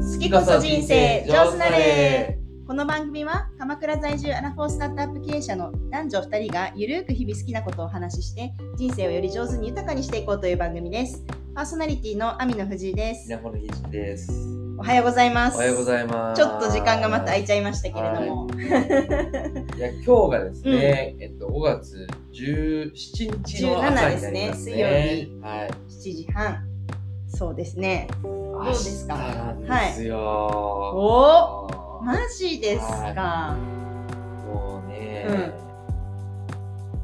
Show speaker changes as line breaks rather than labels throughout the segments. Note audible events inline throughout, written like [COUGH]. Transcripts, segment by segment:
次こそ人生上手なれこの番組は鎌倉在住アラフォースタートアップ経営者の男女2人がゆるーく日々好きなことをお話しして人生をより上手に豊かにしていこうという番組です。パーソナリティの網野藤井です
稲。穂のひじきです。
おはようございます。
おはようございます。
ちょっと時間がまた空いちゃいましたけれども。
いや、今日がですね、えっと、5月17日の朝にな
17
りますね。
ですね水曜
はい。
7時半。そうですね。
ど
うですか
なんですよ。
おマジですか。
もうね、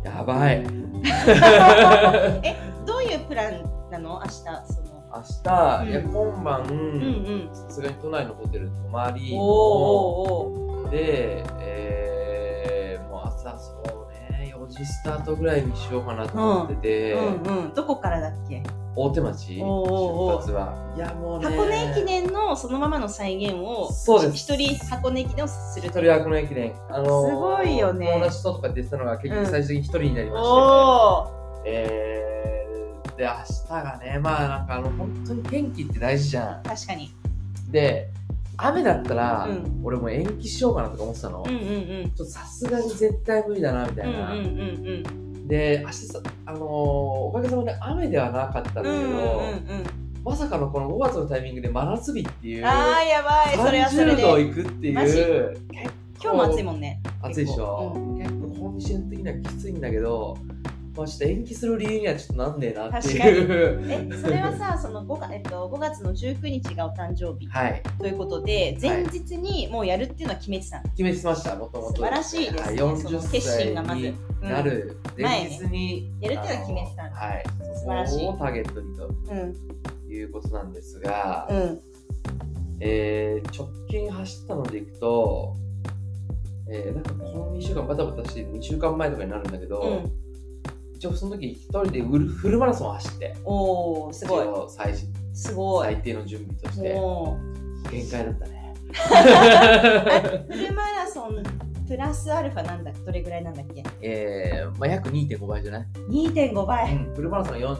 う
やばい。
え、どういうプランなの明日、その。
明日、
うん
いや今
うん
晩、
うん。
さすがに都内のホテル泊まり、
おーおーお
で、えー、もう朝そうね4時スタートぐらいにしようかなと思ってて、
ーうんうん。どこからだっけ
大手町出
おうおうおう
発はいやもうね
箱根駅伝のそのままの再現を
そうです
一人箱根駅伝をする
一人箱根駅伝あのー
すごいよね
友達ととか出てたのが結局最終的に一人になりまして、
お
えーで明日がねまあなんかあの本当に天気って大事じゃ
ー確かに
んで雨だったら、
うん
俺もう延期しようかなとか思ってたの、
うん
ち
う
ょ
んうん
っとさすがに絶対無理だなみた
うん
い
うん
な、
うん
で明日さ、あのーおかげさまで雨ではなかったんだけ
う
ど、
んうん
まさかのこの5月のタイミングで真夏日っていう
うんあーやばいそれはそれ
30度
で
いくって
マジ
いう
今日も暑いもんね
暑いでしょ、
う
結構コンディション的にはきついんだけど、まあ、ちょっと延期する理由にはちょっとなんねえなっていう
えそれはさその 5, が、えっと、5月の19日がお誕生日
[LAUGHS] はい
ということで前日にもうやるっていうのは決めてたんだ
決めてましたもともと
素晴らしいですね
はい、
その
40
決心がま
歳
ず
になる、
うん
前日に、
やるっていうのは決めてた
あ
ん
の
だ
はい
素晴らしい
をターゲットにと
うん
いうことなんですが、
うん
えー直近走ったのでいくと、えーなんかこの2週間バタバタして2週間前とかになるんだけど、
うん
一応その時一人でウルフルマラソンを走って
おおすごい
一応最
すごい
最低の準備として
も
限界だったね
うフルマラソンプラスアルファなんだどれぐらいなんだっけ
えー、まあ約2.5倍じゃない、
2.5倍
うん、フルマラソン
や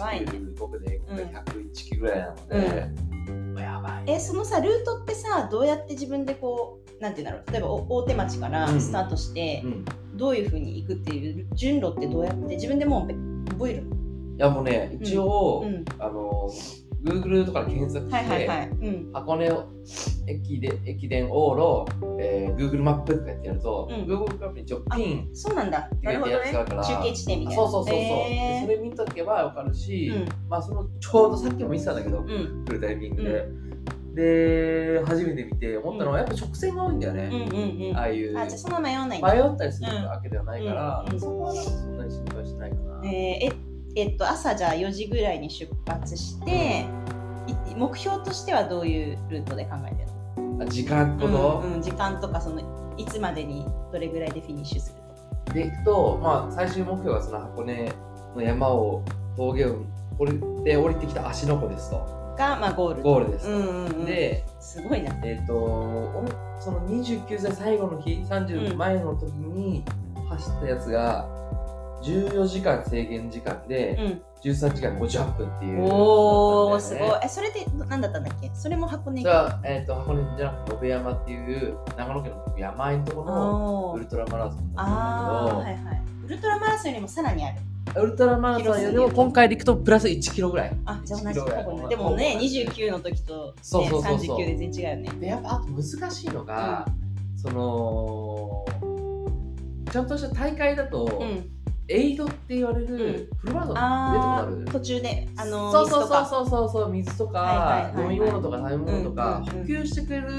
ばいね
42僕で今回101キロぐらいなので、まあやばい
えそのさルートってさどうやって自分でこうなんていうんだろう例えばお大手町から
うん
スタートして
う、ん、
どういうふうに行くっていう順路ってどうやって自分でもう覚えるの
いやもうね一応、
うん
あの Google とかで検索して、
はいはいはい、うん、
箱根駅で駅伝往路、えー、Google マップとかやってやると、
うん
Google マップにちょピン
そうなんだなるほどね
だから
中継地点みたいな
そうそうそうそう、で
へ
それ見とけばわかるし、
ー
まあそのちょうどさっきも見てたんだけど、
うんうん
来るタイミングで、で初めて見て思ったのはやっぱ直線が多いんだよ
うん
ね、
うんうん
あ
あ
あいう迷
じゃあそんな迷わないんだ
ったりするわけではないから、
うんうん
そこはそんなに心配しないかな、
えーええっと朝じゃあ4時ぐらいに出発して、い目標としてはどういうルートで考えてるの
あ時間こと、
うんうん、時間とかそのいつまでにどれぐらいでフィニッシュする
でいくと、まあ、最終目標はその箱根の山を峠を降りて降りてきた足の子ですと
とか、まあ、ゴール
ゴールです
う
と、
んうんうん、
です
ごいな
えっ、と俺その29歳最後の日30前の時に走ったやつが14時間制限時間で、
う
13時間58分ってい
ん
う。
おー
だった
す
ん
ごい
だよね
えそれで何だったんだっけそれも箱根
それは、えっ、と、箱根じゃなくて、延山っていう、長野県の山あいのところの
お
ウ
ー
ルトラマラソン
あ
な
ー
ん
は
だ
いはいウルトラマラソンよりもさらにある
けど、ウルトラマラソンよりも今回でいくとプラス1キロぐらい。
あじゃあ同
1キ
じ
ロぐらい
箱根でもね29の時と、ね、
そうそうそうそう
39で全然違うよね
で、やっぱあと難しいのが、その、ちゃんとした大会だと、
うん
エイドって言われるフルマラソン出てこ
あ
ある
ー途中であの
そうそう
水とか
そうそうそう水と
はい
か
はいはい
飲
はい
み物とか食べ物とか
うんうんうん
補給してくれる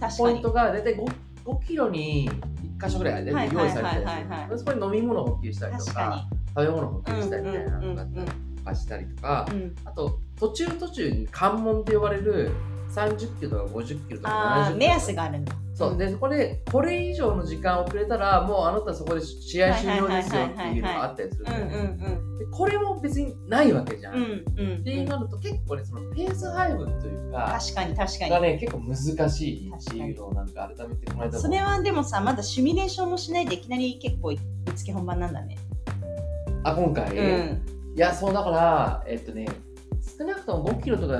確
ポ
か
イン
に
トが大体 5, 5キロに1箇所ぐらい大体用意されて
はいはいはいは
た
い
りそこに飲み物補給したりと
確
か
か
食べ物補給したりみたいな
うんう
の
んう
があ
ん
っ
うん
たりしたりとか
に、うん、
あと途中途中に関門って呼ばれる30キロとか50キロとか
あ
70キロと
ー
か
目安があるんだ
そうでそこでこれ以上の時間遅れたらもうあなたそこで試合終了ですよっていうのがあったりするん
うん
だ
う
よ
ん
ねでこれも別にないわけじゃん、
うん
っ
うんうん
ていうなると結構ねそのペース配分というか
確かに確か
が
に
ね結構難しいっていうのをなんか改めてこの間も
それはでもさまだシミュレーションもしないでいきなり結構ぶっつけ本番なんだね
あ今回、
うん
いやそうだからえっとね少なくとも5キロとか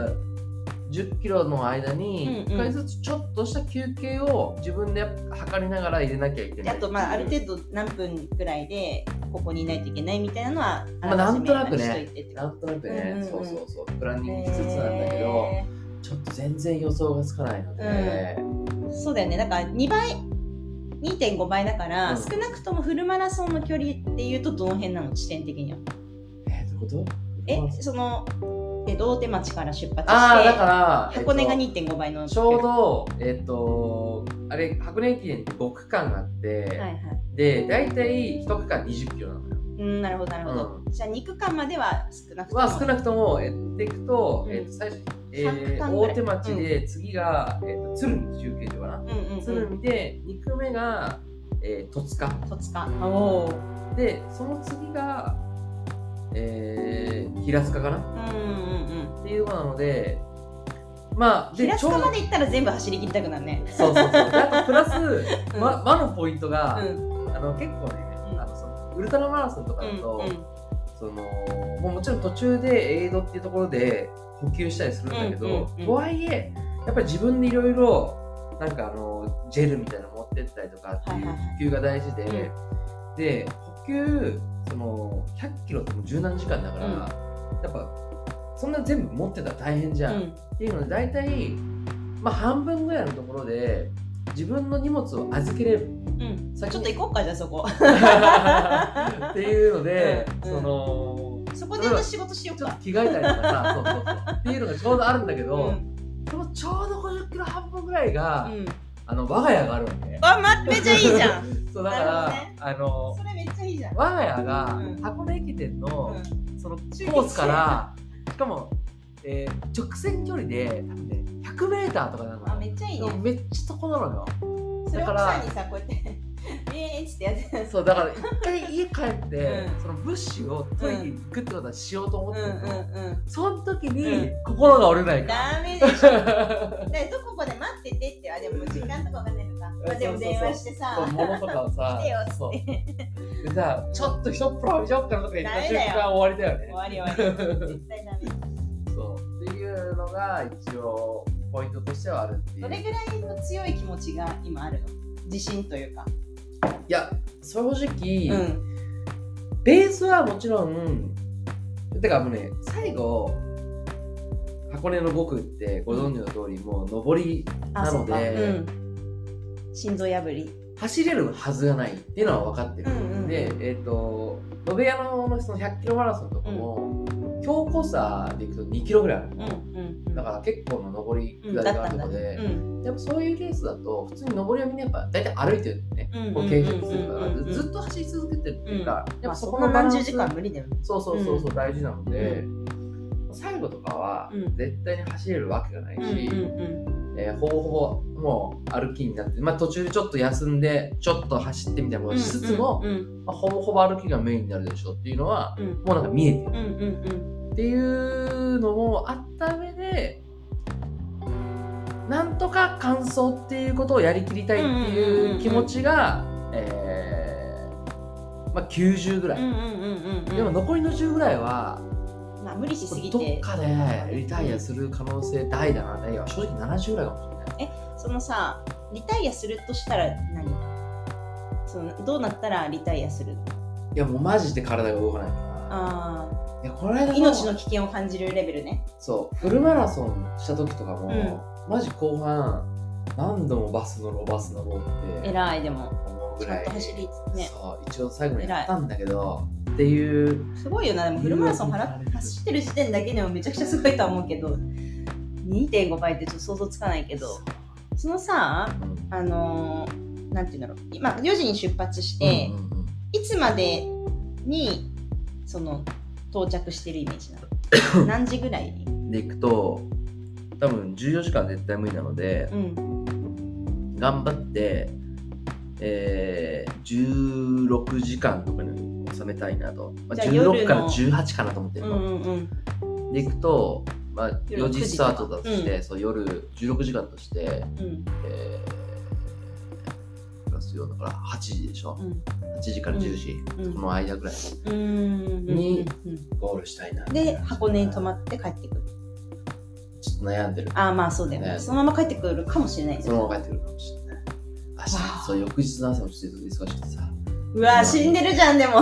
10キロの間に
うんうん
1回ずつちょっとした休憩を自分で測りながら入れなきゃいけ
で
ない
あとまあある程度何分ぐらいでここにいないといけないみたいなのは
まあなんとなくね
あらかじめしといてってこ
な
と
んとなくね、
うんうんうん
そうそうそうプランニングしつつなんだけど、
へ
ちょっと全然予想がつかないので、
ーそうだよねだから2倍2.5倍だから、
うん
少なくともフルマラソンの距離っていうとどの辺なの地点的には
えどういうこと
えそのえー大手町から出発
ああだ
して
から
箱根が
えっ
2.5倍の
とちょうどえっとあれ箱根駅伝って5区間があって、
はいはい
で大体1区間20キロなのよ
うんなるほどなるほど、じゃあ2区間までは少なくとも
は少なくともえーっていくと、
うん
えーと最初、え
三区
ー
間ぐらい
大手町で、次が、えー、と鶴見中継所かな、
うんうんう
鶴
ん
見で2区目が、えー、戸塚
戸塚
おでその次が、えー平塚かな
うんうんうん
っていうのなのでまあで
平
ちょ
塚
う
まで行ったら全部走り切りたくなるね
そうそうそうであとプラス、
うん
ま、和のポイントが、
うん
あの結構ね、
うん
あのそのウルトラマラソンとかだと、
うん
そのもうもちろん途中でエイドっていうところで補給したりするんだけど、
うんうんうん
とはいえやっぱり自分でいろいろなんかあのジェルみたいなの持ってったりとかって
はい
いう
はいはい
補給が大事で、
う
で補給その100キロってもう十何時間だから、
うん
やっぱそんな全部持ってたら大変じゃん、
う
っ
ん
ていうので大体、まあ、半分ぐらいのところで自分の荷物を預けれる
うん
先に
ちょっと行こうかじゃあそこ
[LAUGHS] っていうので、
うんうん
その
そこで私仕事しよう
ちょっ
か
と着替えたりと
[LAUGHS]
かさそうそうそうっていうのがちょうどあるんだけど、
うん
でもちょうど50キロ半分ぐらいが、
うん
あの我が家があるわけ
あまめっちゃいいじゃん
[LAUGHS] そうだか
な
ら、
るほどね
あの
それめっちゃいいじゃん
我が家が
うん
箱根駅伝の、
うん
そのコースからしかも、えー直線距離で多分ね 100m とかなの
あ
よ
めっちゃいい
でも
ね
めっちゃとこなのよ
それを
だから
さにさこうやって [LAUGHS] えーっつってやって
そうだから一回家帰って、
うん
その物資を取りに行くってことはしようと思って
うん
る
うん
の、
うん
その時に、
う
心が折れないから
ダメでしょだからどここで待っててってあでも時間とかわかんないのか、まあ、でも電話してさ
そう物とかをさ
来てよっつって
そうでさちょっとひとっ風呂浴びちゃおうかなとか言った
ダメ
瞬
だよ
間終わりだよね
終わり終わり絶対ダメ
そうっていうのが一応ポイントとしてはあるってい
ど
う
れぐらいの強い気持ちが今あるの自信というか、
いや正直、
うん
ベースはもちろんてかもうね最後箱根の5区ってご存知の通り、もう上りな
そ
ので
っかうん、心臓破り
走れるはずがないっていうのは分かってる、
うんうん
でえっ、と延山のその100キロマラソンとかも、強固さでいくと2キロぐらいある
うんうんうん
だから結構の上り
うん
下り
だっ
があ
た
る
ん
と
だ
こで、
うん
やっぱそういうレースだと普通に上りはみんなやっぱ大体歩いてるんでね、
うん
こう経験するから、
うんうんうんうん
ずっと走り続けてるっていうか、や
ま
っ
あ
ぱ
そ
そ
こ
こ
の
の
何
何
十
十
時
時
間
間
無理だよね
そうそうそうそう大事なので、最後とかは
うん
絶対に走れるわけがないし、
うん
えーほぼほぼもう歩きになって、まあ、途中でちょっと休んでちょっと走ってみたいなこ
う
とをしつつも、
うんうん
まあ、ほぼほぼ歩きがメインになるでしょっていうのは
うん
もうなんか見えてる
うんうん
っていうのもあった上でなんとか完走っていうことをやりきりたいって
うんうんうんうん
いううん気持ちが、えーまあ、90ぐらい、
うんうん
でも残りの10ぐらいは
まあ無理しすぎ
どってかでリタイアする可能性大だな、いや正直70ぐらいかもしれない。
そのさリタイアするとしたら何そのどうなったらリタイアするの
いやもうマジで体が動かないから
ああ
いやこの間
命の危険を感じるレベルね
そうフルマラソンした時とかも、
う
マジ後半何度もバス乗ろうバス乗ろうって
偉いでも
思うぐ
ちゃ
ら
ん
い
と走りね
そう一応最後にやったんだけどっていう
すごいよなでもフルマラソン
うん
走走ってる時点だけでもめちゃくちゃすごいとは思うけど2.5倍ってちょっと想像つかないけどそのさ
うん
あのーなんて言うんだろう今4時に出発して
うん、うんうん
いつまでにその到着してるイメージな
[COUGHS]
の何時ぐらいに
でいくと多分14時間絶対無理なので、
うん
頑張って、えー、16時間とかに収めたいなと、まあ、
じゃあ夜の
16から18かなと思って
う
る
ん
の、
うんうん
で行くと、まあ、
夜
4
9
時
時
ス
と
タ
か
ートだとして、そう夜16時間として、
うん
えー、プラス4だから8時でしょ
うん
8時から10時、
うん
この間ぐらい
うんうんうんうん
にゴールしたいな
で箱根に泊まって帰ってくる
ちょっちょっと悩んでる。
ああ、まあそうだよね。
ね
そのまま帰ってくるかもしれないね
そのまま帰ってくるかもしれない。明日
わあ、
そう、翌日の朝もちょっと忙しくてさ。
うわ、死んでるじゃん、でも。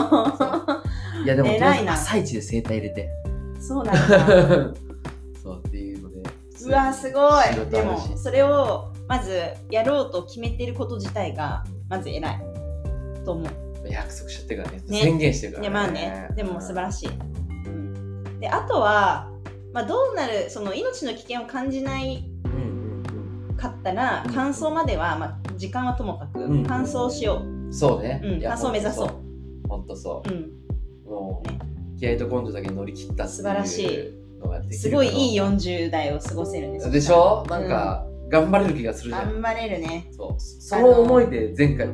いや、でも、とりあ
偉
え
い
ず
な
朝一で整体入れて。 [LAUGHS]
そうなんだ。
そうっていうので。
うわ、すご
仕
い。
事
で
ある
も
し、
それをまずやろうと決めてること自体が、まず偉い。と思う。
約束しちゃってからね。
ね
宣言してるか
い
ら
やまあね、でも素晴
し
らしい。うんで、あとは、まあ、どうなる、その命の危険を感じない
い。うんうん
かったら
う、ん
乾燥までは、まあ、時間はともかく
うん、
乾燥しよう。
うん。そうね。
うん
いや
乾燥を目指そう。
ほんとそう。
うん、
もう、
ね
気合と根性だけ乗り切ったっていう
素晴らし
のができる
すごいいい
よ
40代を過ごせるんです
でしょなんか、頑張れる気がするじゃん
頑張れるね。
そうその思いで前回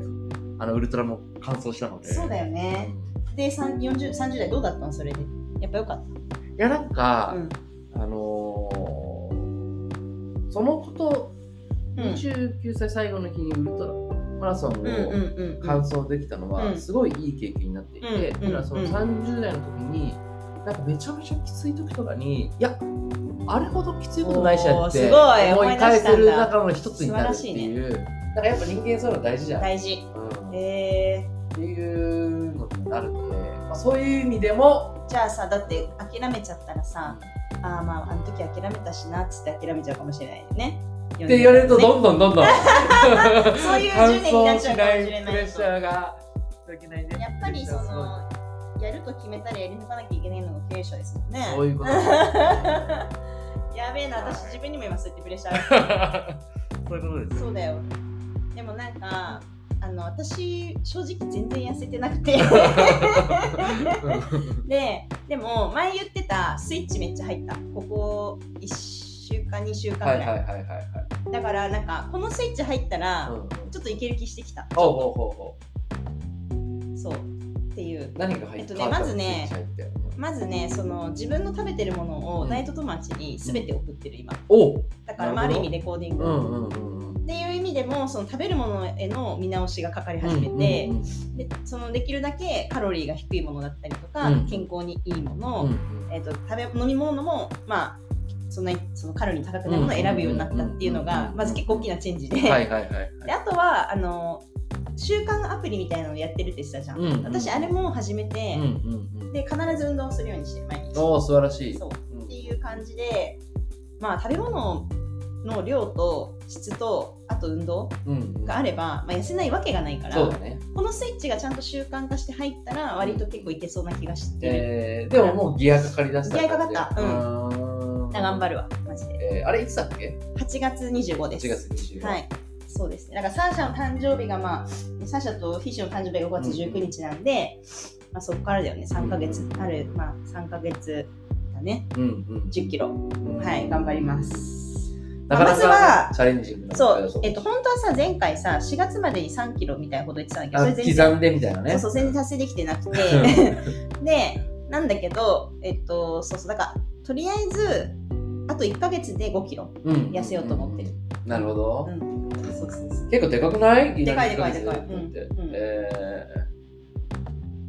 あのウルトラも完走したので
そうだよね。で、さん40 30代どうだったのそれで。やっぱよかっ
いやなん
た。
か、
うん。
あのーそのこと
うん。
29歳最後の日にウルトラマラソン
うんうん
を
うんうん。
完走できたの
う
は
ん
すごいいい経験になっていて、
うん
ただその
うん
30代の時になんかめちゃめちゃきつい時とかにいやあれほどきついことないしや
お
っ
ー
て
すごい
思い返せる中の一つに
思い
な
出
るっ
してたんだ
いうだからやっぱ人間そういうの大事じゃん、
大事。
うん
えー。
っていうのになるので、まあ、そういう意味でも
じゃあさだって諦めちゃったらさあーまああの時諦めたしなっつって諦めちゃうかもしれないよねって
って言われるとどんどんどんどん
[LAUGHS] そういう10年になっちゃうかもしれな
乾燥しない
い
プレッシャーがいけないね
やっぱりそのやると決めたらやり抜かなきゃいけないのが経営者ですもんね
そういうことですね
やべえな私自分にも今そうやってプレッシャーあ
[LAUGHS] そういうことで
る
す
そうだよでもなんかあの私正直全然痩せてなくてででも前言ってたスイッチめっちゃ入ったここ1週間2週間ぐ
は
ら
い
い、
はいはいはいはい。
だからなんかこのスイッチ入ったら、
うんうん
ちょっといける気してきた。
ほうほうほうほ
そう。っていう
う。。何が入
え
っ
ってとねまずね
入って
まずね、その自分の食べてるもの
う
を
ん
ダイエット友達に全て送ってる今。
おう
だから、まあ、あ
なる
る意
ほど
味レコーディン
う
グ。
んうんうんうん
っていう意味でもその食べるものへの見直しがかかり始めて、
うんうん
でそのできるだけカロリーが低いものだったりとか、
うん
健康にいいも
う
の、
んうん
えっと食べ飲み物も、まあ、そんなにそのカロリー高くないものを選ぶようになったっていうの
うんうんうん
が
うん
まず結構大きなチェンジで,、
うんはいはいはいはい。
であとはあの習慣アプリみたいなのをやってるって言ってたじゃん、
うんうん
私あれも始めて、
うんうんうん。
で必ず運動するようにしてる毎日
おお素晴らしい。
そう
うん
っていう感じでまあ食べ物の量と質とあと運動
うんうん
があれば、まあ、痩せないわけがないから
そうだね。
このスイッチがちゃんと習慣化して入ったら割と結構いけそうな気がしてる、
えー、でももうギアかかりだした
ギアかかったうん
ん
だから頑張るわマジで
えー、あれいつだっけ
8月25です
?8 月25日。
はいそうですねだからサーシャの誕生日がまあサーシャとフィッシュの誕生日が5月19日なんで、まあ、そこからだよね3ヶ月あるまあ3ヶ月だね
うんうん
1 0キロ
うん。
はい頑張ります
なかなか
まずは
チャレンジングな
そう、えっと、本当はさ、前回さ、4月までに3キロみたいなこと言ってたんだけど、
あ
それ全然、
刻んでみたいなね。
そうそう全然達成できてなくて、で、なんだけど、えっと、そうそう、だから、とりあえず、あと1ヶ月で5キロ。
うん
痩せようと思ってる。
なるほど。
うん、そうそうそう。
結構でかくない
でかいでかいでかい
だって
うん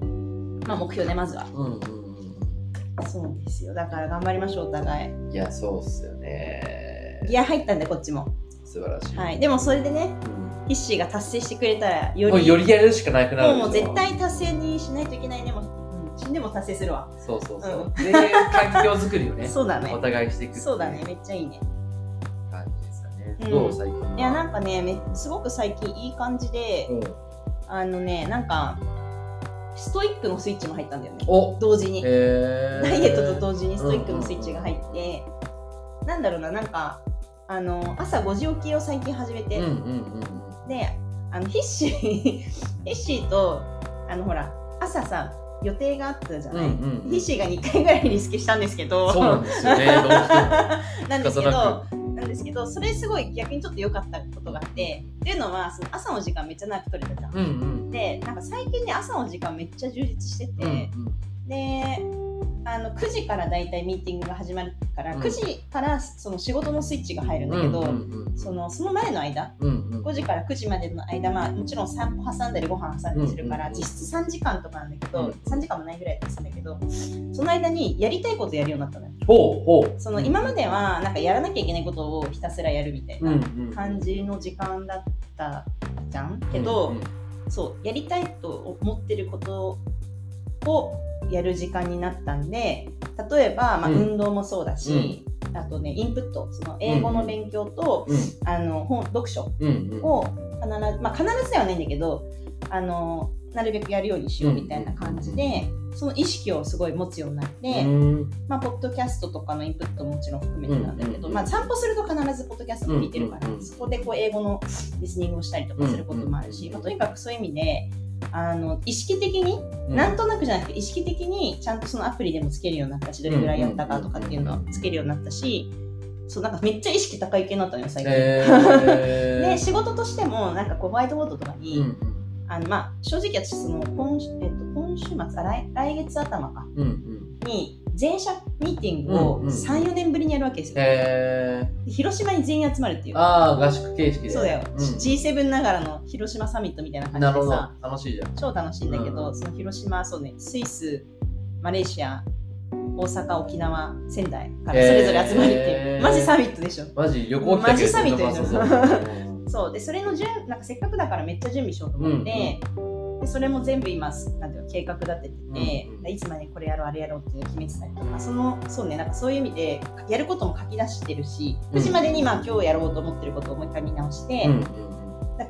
うん
え
まあ、目標ね、まずは
ー。うんうんう
そうですよ。だから頑張りましょう、お互い。
ん。いや、そうっすよね。
ギア入ったんで、こっちも。
素晴らしい。
はい。でも、それでね、
うん
フィッシーが達成してくれたら、よ
もう
り、
よりやるしかなくなるでしょ
もう絶対達成にしないといけないね。もう、うん死んでも達成するわ。。
そうそうそううんで、環境作りを
[LAUGHS]
ね、
そうだね
お。互いしていくってい
そうだね、めっちゃいいね。
感じですかね
う。ん
どう最近は。
いやなんかねめすごく最近いい感じで、
うん
あのねなんかストイックのスイッチも入ったんだよね
お
同時に、
え
ダイエットと同時にストイックのスイッチが入って、なんだろうななんかあの朝5時起きを最近始めて、
うんうんうん
であのヒッシー [LAUGHS] ヒッシーとあのほら朝さ予定があったじゃ
うんう
ない、
んうんうん
ヒッシーが2回ぐらいリスケしたんですけど [LAUGHS]
そうなんですよねどうしても
なんですけ
重な
ど、なんですけど、それすごい逆にちょっと良かったことがあって、っていうのは、その朝の時間めっちゃ長く取れたじゃん。
うんうん
で、なんか最近ね、朝の時間めっちゃ充実してて、
うんうん
で、あの9時からだいたいミーティングが始まるから、
うん
9時からその仕事のスイッチが入るんだけど、
うんうんうん
そのその前の間
うんうん
5時から9時までの間、まあ、もちろん散歩挟んだりご飯挟んだりするから、
うんうんうん
実質3時間とかなんだけ
う
ど、
ん
3時間もないぐらいですんだけどその間にやりたいことやるようになったのよ
ほうほう
その今まではなんかやらなきゃいけないことをひたすらやるみたい
うんう
なん感じの時間だったじゃんけど、
うんうん
そうやりたいと思ってることをやる時間になったんで例えば、まあ、
うん
運動もそうだし、あとねインプットその英語の勉強と、あの本読書
うんうん
を必ず、まあ、必ずではないんだけどあのなるべくやるようにしようみたいな感じで、その意識をすごい持つようになって、
うん
まあ、ポッドキャストとかのインプットももちろん含めてなんだけど、
うんうん
まあ、散歩すると必ずポッドキャストも聞いてるから、
うんうんうん
そこでこう英語のリスニングをしたりとかすることもあるし、
うんうんうん
まあ、とにかくそういう意味であの意識的に、なんとなくじゃなくて意識的にちゃんとそのアプリでもつけるようになったしどれぐらいやったかとかっていうのはつけるようになったしそうなんかめっちゃ意識高い系になったのよ最近。[LAUGHS]
えー
で仕事としてもなんかこうホワイトボードとかに、
うん
あのまあ、正直私その今,、えっと、今週末あ来来月頭か
うんうん
に全社ミーティングを
うんうん
34年ぶりにやるわけですよ、
え
で広島に全員集まるってい
ー
う
ああ合宿形式で
そうだよ、
ん
G7 ながらの広島サミットみたいな感
な
じで
るほど
さ
楽しいじゃん
超楽しいんだけ
うん
ど、
うん
その広島そうねスイスマレーシア大阪沖縄仙台からそれぞれ集まるっていう、
えー
マジサミットでしょ
マジ旅行来たけど
マジサミットでしょ
そうそうそう
そうでそれの準なんかせっかくだからめっちゃ準備しようと思って、でそれも全部今なんていうの計画立ててて、
うんうん
でいつまでにこれやろうあれやろうっていうのを決めてたりとかそのそうねなんかそういう意味でやることも書き出してるし
うん
9時までにまあ今日やろうと思ってることをもう一回見直して、
うんうん
だか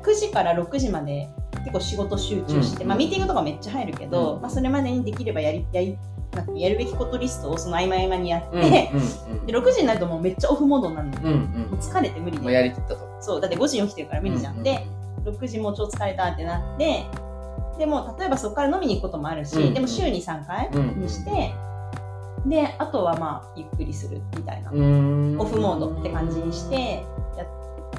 ら9時から6時まで結構仕事集中して、
うん
まあ、ミーティングとかめっちゃ入るけど、
うん
まあ、それまでにできればやりやりなんかやるべきことリストをその合間合間にやって、
うんうん
で6時になるともうめっちゃオフモードになるの、
うんうん
もう疲れて無理
もう
で
やりきったと
そうだって5時に起きてるから無理じゃん、で6時もう超疲れたってなってでもう例えばそこから飲みに行くこともあるし、
うん
でも週に3回
うんうん
にして、であとはまあゆっくりするみたいな、
うん
オフモードって感じにしてや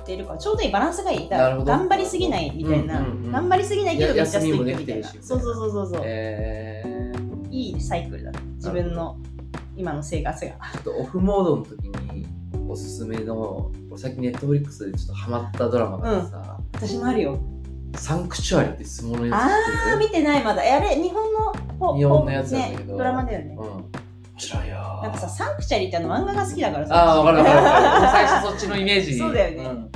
ってるからちょうどいいバランスがいいだ
な
か
る
ら
ほど
頑張りすぎないみたいな、
うんうんうん
頑張りすぎないけどめっちゃストイック
や休みもで
み
きて
たい
る
な
し
そうそうそうそうそう、
えー
いいサイクルだね自分の今の生活が
ちょっとオフモードの時におすすめの俺最近ネットフリックスでちょっとハマったドラマがあってさ、
私もあるよ
サンクチュアリって相撲のやつ
あー
って
見てないまだえあれ日本のほ
日本のやつなんだ
ね
けど
ドラマだよね、
るうん知らんよ
なんかさ、
ー
サンクチャリってあの漫画が好きだからさ。
あーわかるわかるわか
[LAUGHS]
る最初そっちのイメージ
そうだよね
ん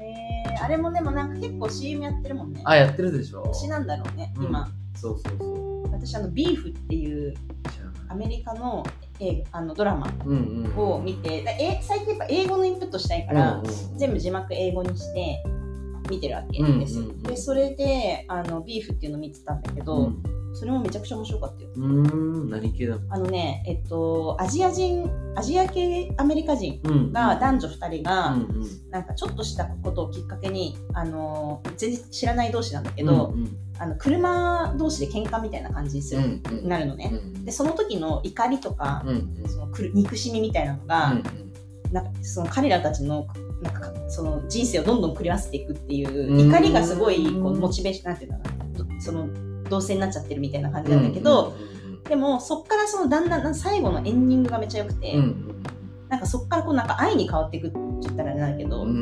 えーあれもでもなんか結構 CM やってるもんね。
あやってるでしょ
推しなんだろうね、
うん
今。
そうそうそう
私、あの、ビーフっていう
知ら
ア
ない
メリカの映画あのドラマ
うんうん
を見て、だえ最近やっぱ英語のインプットしたいか
うん
ら、
うん
全部字幕英語にして見てるわけですよ。
うんうんうん
で、それで、あの、ビーフっていうの見てたんだけど、それもめちゃくちゃ面白かったよ。
うんうーん何系だ
あのね、えっと、アジア人、アジア系アメリカ人
うん
が男女2人が、
うんうん
なんかちょっとしたことをきっかけに、あのー全然知らない同士なんだけど、
うん
あの車同士で喧嘩みたいな感じにす
うん
る、
うんうん
なるのね。
うん
でその時の怒りとか、
うんうん
そのくる憎しみみたいなのが、なんかその彼らたちのなんかその人生をどんどん狂わせていくっていう
うん
怒りがすごいこうモチベーションなんていうのかなどその同性になっちゃってるみたいな感じなんだけど、でもそっからそのだんだんだん最後のエンディングがめちゃ良くて、
うんうん
なんかそっからこうなんか愛に変わっていくって言ったらあれなんだけど。
うんう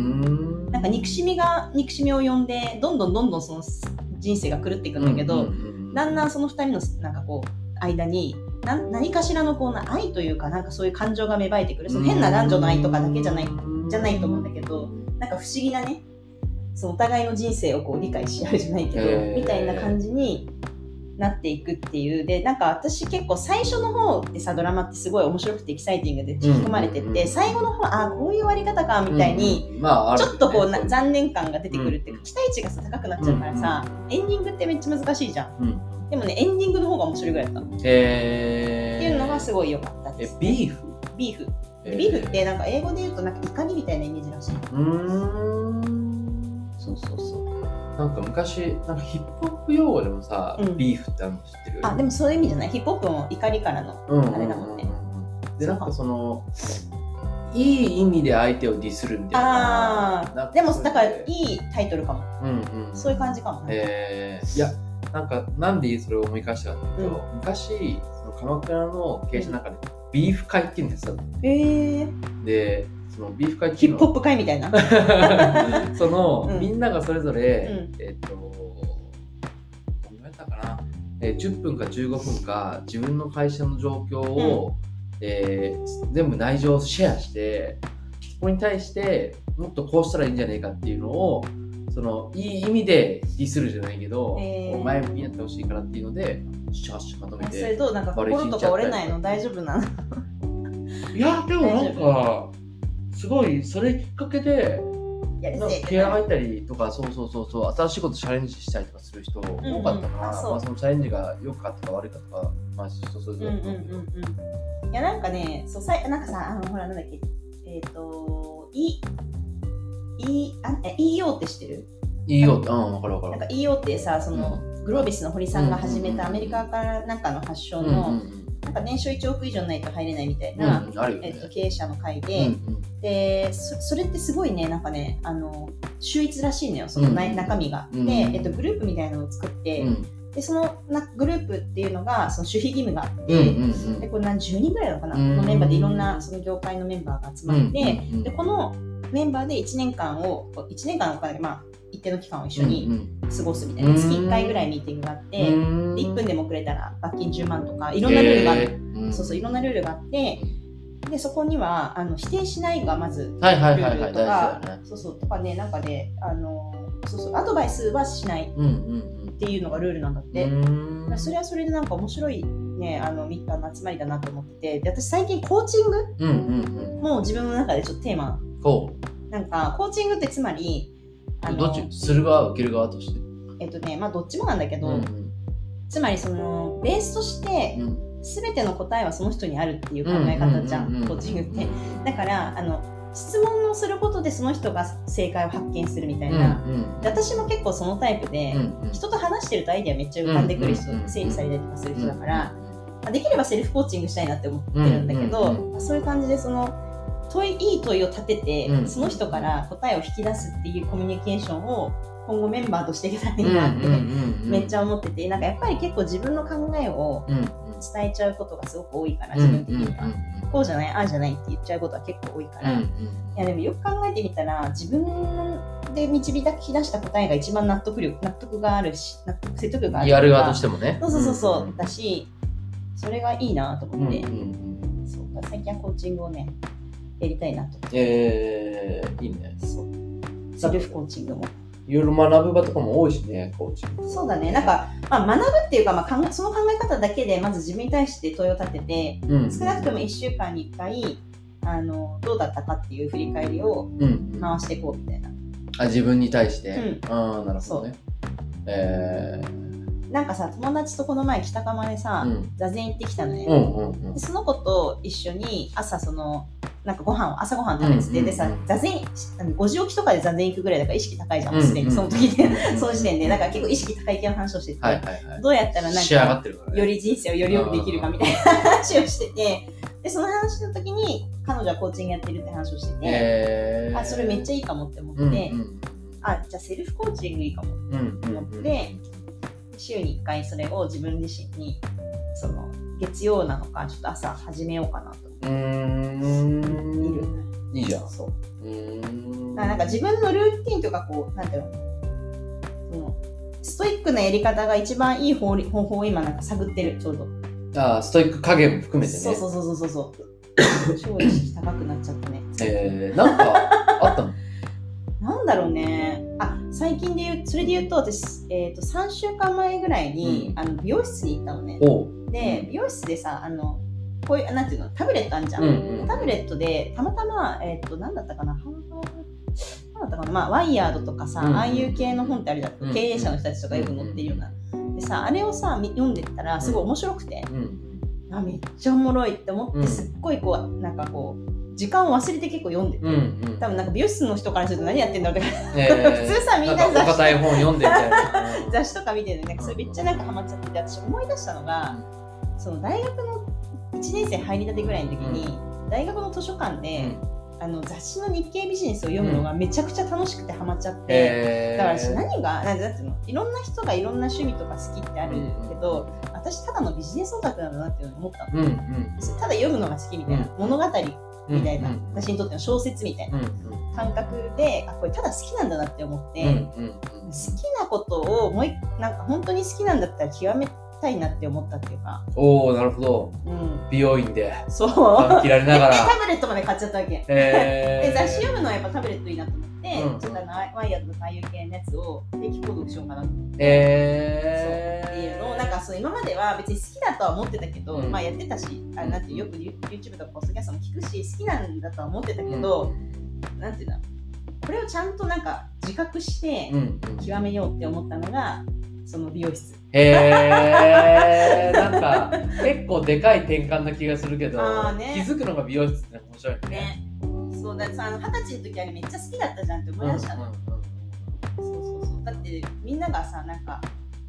ん
なんか憎しみが憎しみを呼んでどんどんどんどんその人生が狂っていくんだけど、
うんうんうん
だんだんその2人のなんかこう間になん何かしらのこうな愛というかなんかそういう感情が芽生えてくるその変な男女の愛とかだけじゃないじゃないと思うんだけどなんか不思議なねそのお互いの人生をこう理解し合うじゃないけど、
へー
みたいな感じになっていくっていうでなんか私結構最初の方ってさドラマってすごい面白くてエキサイティングで引き込まれてって、
うんうんうん
最後の方ああこういう終わり方かみたいに。
うんうんまあある
ち
よ
ょ
ね
っとこう
そい
な残念感が出てくるっていうか期待値がさ高くなっちゃうからさ、エンディングってめっちゃ難しいじゃん
うん
でもねエンディングの方が面白いぐらいだったっ
へ
ていうのがす
ごい
ごい良かったで
え
す、
ビーフ
ビーフビーフってなんか英語で言うとなんか怒りみたいなイメージらしいう
ーんそうそうそうなんか昔なんかヒップホップ用語でもさ
うん
ビーフってあるの知ってる
あでもそういう意味じゃないヒップホップも怒りからの
うん
あれだもんね
でなんかそのいい意味で相手をディスるみたいな
あ
なん
あでも
それ
だからいいタイトルかも
うんうん
そういう感じかもね
えーいやなんかなんでそれを思い返したかっていうと、昔そ鎌倉の経営者の中でビーフ会っていうのやつだった
ええ
のでそのビーフ会って
ヒ
い
ッ
うの
プホップ会みたいな。
[LAUGHS] その、
うん
みんながそれぞれ、
うん
えっとどんぐらいだったかな、えー10分か15分か自分の会社の状況を、えー全部内情をシェアしてそこに対してもっとこうしたらいいんじゃないかっていうのをそのいい意味でディスるじゃないけど、
えー
お前にやってほしいからっていうのでシャッシャッまとめ
それ
て
どうなんか心とか折れないの大丈夫なの
いやでもなんかすごいそれきっかけで
やり
なん
て
か
えって
ケア
な
入
る
ったりとかそうそうそうそう新しいことチャレンジしたりとかする人多かったな、
うんあそう
まあ、そのチャレンジが良かったか悪かったか、まあ、人それ
うんう
ぞれ
ん
だと思うけど
うんうん。いやなんかね、そうさいなんかさあのほらなんだっけえっ、といいあえ EO って知ってる？
いいよってうん分かる分か
なん
る
か EO ってさその、グロービスの堀さんが始めたアメリカからなんかの発祥
うん
の、
うんうん
なんか年商1億以上ないと入れないみたい
うん
な、
うんあるよ
え
ね
っと経営者の会
う
で、
ん
でそそれってすごいねなんかねあの秀逸らしいのよその内、
うん
中身が。
うん
で、えっと、グループみたいなのを作っ
う
て、
んうん
でそのなグループっていうのがその守秘義務があって、
うんうん
でこれ何10人ぐらいなのかな、
うん
のメンバーでいろんなその業界のメンバーが集ま
う
っ
ん
て、
うん
でこのメンバーで1年間をこう1年間はわかんないまあ一定の期間を一緒
う
に
ん
過ごすみたいな、
うん
月1回ぐらいミーティングがあって、
う
で
ん
1分でも遅れたら罰金10万とかいろんなルールがあって、そうそういろんなルールがあってでそこにはあの否定しないがまず
はいは
ル
いはい
ー
は
ル
い大事
と
だ
か
よね
そうそうとかねなんかねあのそうそうアドバイスはしないっ
うんうん
ていうのがルールなんだって。
うんうん
それはそれでなんか面白いねあのみあの集まりだなと思っててで私最近コーチング
うんうん
も自分の中でちょっとテーマ
うんこ
なんかコーチングってつまりあ
う
の
どっちする側受ける側として
えっとねまあどっちもなんだけど、
うん
つまりそのベースとして全ての答えはその人にあるっていう考
うん
え方じゃん,、
ううう
コーチングってだからあの質問をすることでその人が正解を発見するみたいな、
うんうん
で私も結構そのタイプで、
うんうん
人と話してるとアイデアめっちゃ浮かんでくる人、
うんうんうん
整理されたりとかする人だから、まあできればセルフコーチングしたいなって思ってるんだけど、
うんうんうん
まあそういう感じでその問いいい問いを立てて、
うん
その人から答えを引き出すっていうコミュニケーションを今後メンバーとしていけたらいいなって、めっち
ゃ、
ゃ思っててなんかやっぱり結構自分の考えを
うんうん、
伝えちゃうことがすごく多いから自分的には、こうじゃないああじゃないって言っちゃうことは結構多いから、いやでもよく考えてみたら自分で導き出した答えが一番納得力納得があるし納得説得力がある
やる側と
し
してもね。
そうそうそうそう、だしそれがいいなと思って、そうか最近はコーチングをねやりたいなと
えいいね。
そうセルフコーチングも
いろいろ学ぶ場とかも多いしね、コーチ。
そうだねなんか、まあ、学ぶっていうか、まあ、考えその考え方だけでまず自分に対して問いを立てて
うん
少なくとも1週間に1回あのどうだったかっていう振り返りを
うん
回していこうみたいな
あ自分に対して。ああ、なるほどね。え
なんかさ友達とこの前北釜でさ、
うん
座禅行ってきたのね、
うんうんうん
で。その子と一緒に朝そのなんかご飯を朝ご飯食べてて、
うんうんうん
でさ座禅あの5時起きとかで座禅行くぐらいだから意識高いじゃんもうすでに、
うんうん
その時で、 [LAUGHS]
うん
その時点でなんか結構意識高い系の話をしてて、
はいはいはい。
どうやったらなん
仕上が
か
ってるからね。
より人生をよりよくできるかみたいな話をしててでその話の時に彼女はコーチングやってるって話をしてて、
え
あそれめっち
ゃ
ゃいいかもって思って、
うん
あじゃあセルフコーチングいいかも
うんうんうん。
週に1回それを自分自身にその月曜なのかちょっと朝始めようかなと思
う
っている。
ん。いいじゃん。
そう
うん。
あなんか自分のルーティンとかこうなんていうのそのストイックなやり方が一番いい方り方法を今なんか探ってるちょうど、
あストイック加減も含めてね。
そうそうそうそうそう超意識高くなっちゃったね
えー、なんかあったの
なんだろうねあ最近で言うそれで言うと私、えー、と3週間前ぐらいに、
うん
あの美容室に行ったのね
おう
で美容室でさあのこういうなんていうのタブレットあんじゃん、
うんうん
タブレットでたまたまえっ、となんだったかなハンバーグなんだったかなまあワイヤードとかさ、
うんうん
ああいう系の本ってあれだ、
うんうん
経営者の人たちとかよく載ってるような、でさあれをさみ読んでったらすごい面白くて、
うん
あめっちゃおもろいって思って、
うん
すっごいこうなんかこう時間を忘れて結構読んでて、
うんうん
多分なんか美容室の人からすると何やってんだろうって [LAUGHS]
え
普通さみんな雑誌
お堅い本読んでみたいな
雑誌とか見てるのになんかそれめっちゃなんかハマっちゃってて私思い出したのが、その大学の1年生入りたてぐらいの時に、大学の図書館で、ああの雑誌の日経ビジネスを読むのがめちゃくちゃ楽しくてハマっちゃって、
えー、
だから私何がなんなんていうのいろんな人がいろんな趣味とか好きってあるけど、私ただのビジネスオタクなんだなっていうのを思ったの、
うんうん
ただ読むのが好きみたいな、
う
物語
うん
みたいな、
うん
私にとっての小説みたいな
うん
感覚であこれただ好きなんだなって思って、
うんうん
好
うんうん
きなことをもう一なんか本当に好きなんだったら極めたいなって思ったっていうか、
おおなるほど
うん、
美容院で
そう
髪切られなが
でタ [LAUGHS]
ら
ブレットまで買っちゃったわけ。で
えー、
雑誌読むのはやっぱタブレットいいなと思って、
うん
ちょっとあのワイヤードとかああいう系のやつを定期購読しようかなって
えー、
いうのをなんかそう今までは別に好きだとは思ってたけど、
うん
まあやってたしあなんていうよく YouTube とかポッドキャストも聞くし好きなんだとは思ってたけど、なんていうんだろうこれをちゃんとなんか自覚して
うんうんうん
極めようって思ったのがその美容室
へえー、なんか結構でかい転換な気がするけど、
あーね
気づくのが美容室って面白いね。
ね。そうださあの二十歳の時あれめっちゃ好きだったじゃんって思
う
い
ん
う出
ん
したの、そうそうそうだってみんながさなんか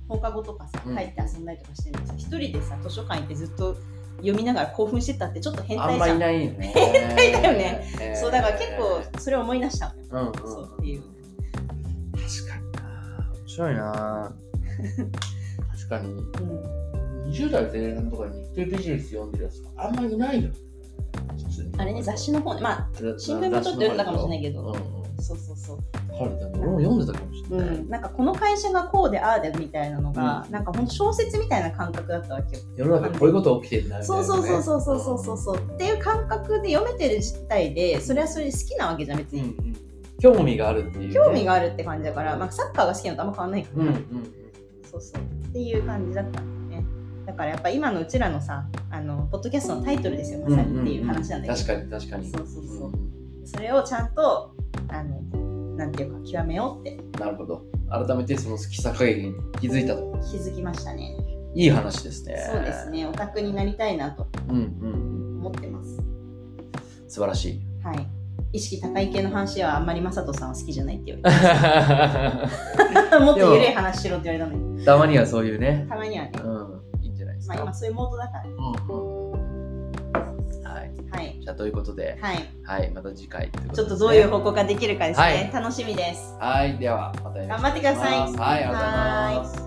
放課後とかさ
うん
帰って遊んだりとかしてるのさ一人でさ図書館行ってずっと読みながら興奮してたってちょっと
う
変
ん、あ
態じ
んま
ゃ
い
ん
ないよね。変態
だよね。そうだから結
う
構それを思い出したのよ、
んうん、
そう
確
っていう
かにな。面白
[LAUGHS]
いな。確かに
うん
20代前半とかに日経ビジネス読んでるやつあんまいないよ。普通に
あれね雑誌の方ねまあ
雑
新聞もちょっと読んだかもしれないけど
うんうん、
そうそうそう、
はるでも俺も読んでたかもしれ
う
ない。
ん、なんかこの会社がこうでああでみたいなのが、
う
なんかほんと小説みたいな感覚だったわけよ
世の中こういうこと起きてるなみたい
そ
な、
う
ね。
そうそうそうそうそうそうそうっていう感覚で読めてる実態でそれはそれで好きなわけじゃん別
うんうんう
に、
ん興味があるっていうね、
興味があるって感じだから、まあ、サッカーが好きなのとあんま変わんないか
う
ら、
んうんうん
そうそうっていう感じだったんだよねだからやっぱ今のうちらのさあのポッドキャストのタイトルですよまさにっていう話なんだけど、
確かに確かに
そうそうそうんそれをちゃんとあのなんていうか極めようって
なるほど改めてその好きさ加減に気づいたと
気づきましたね、
いい話ですね
そうですねオタクになりたいなと
うんうん
思ってます
うん素晴らしい [LAUGHS]
はい意識高い系の話はあんまりマサトさんは好きじゃないって言われて [LAUGHS] もっと緩い話しろって言われたのに、
たまにはそういうね
たまにはね、
うんいいんじゃないです
まあ
か、
今そういうモードだから、
うんうんはい
はい、
じゃあということで
はい、
はいまた次回というこ
ち
と
ょっ
ですね
とどういう報告ができるかですね、
はい
楽しみです。
はいではまたよろしく
頑
お願いします
張ってください
はいありがとうございます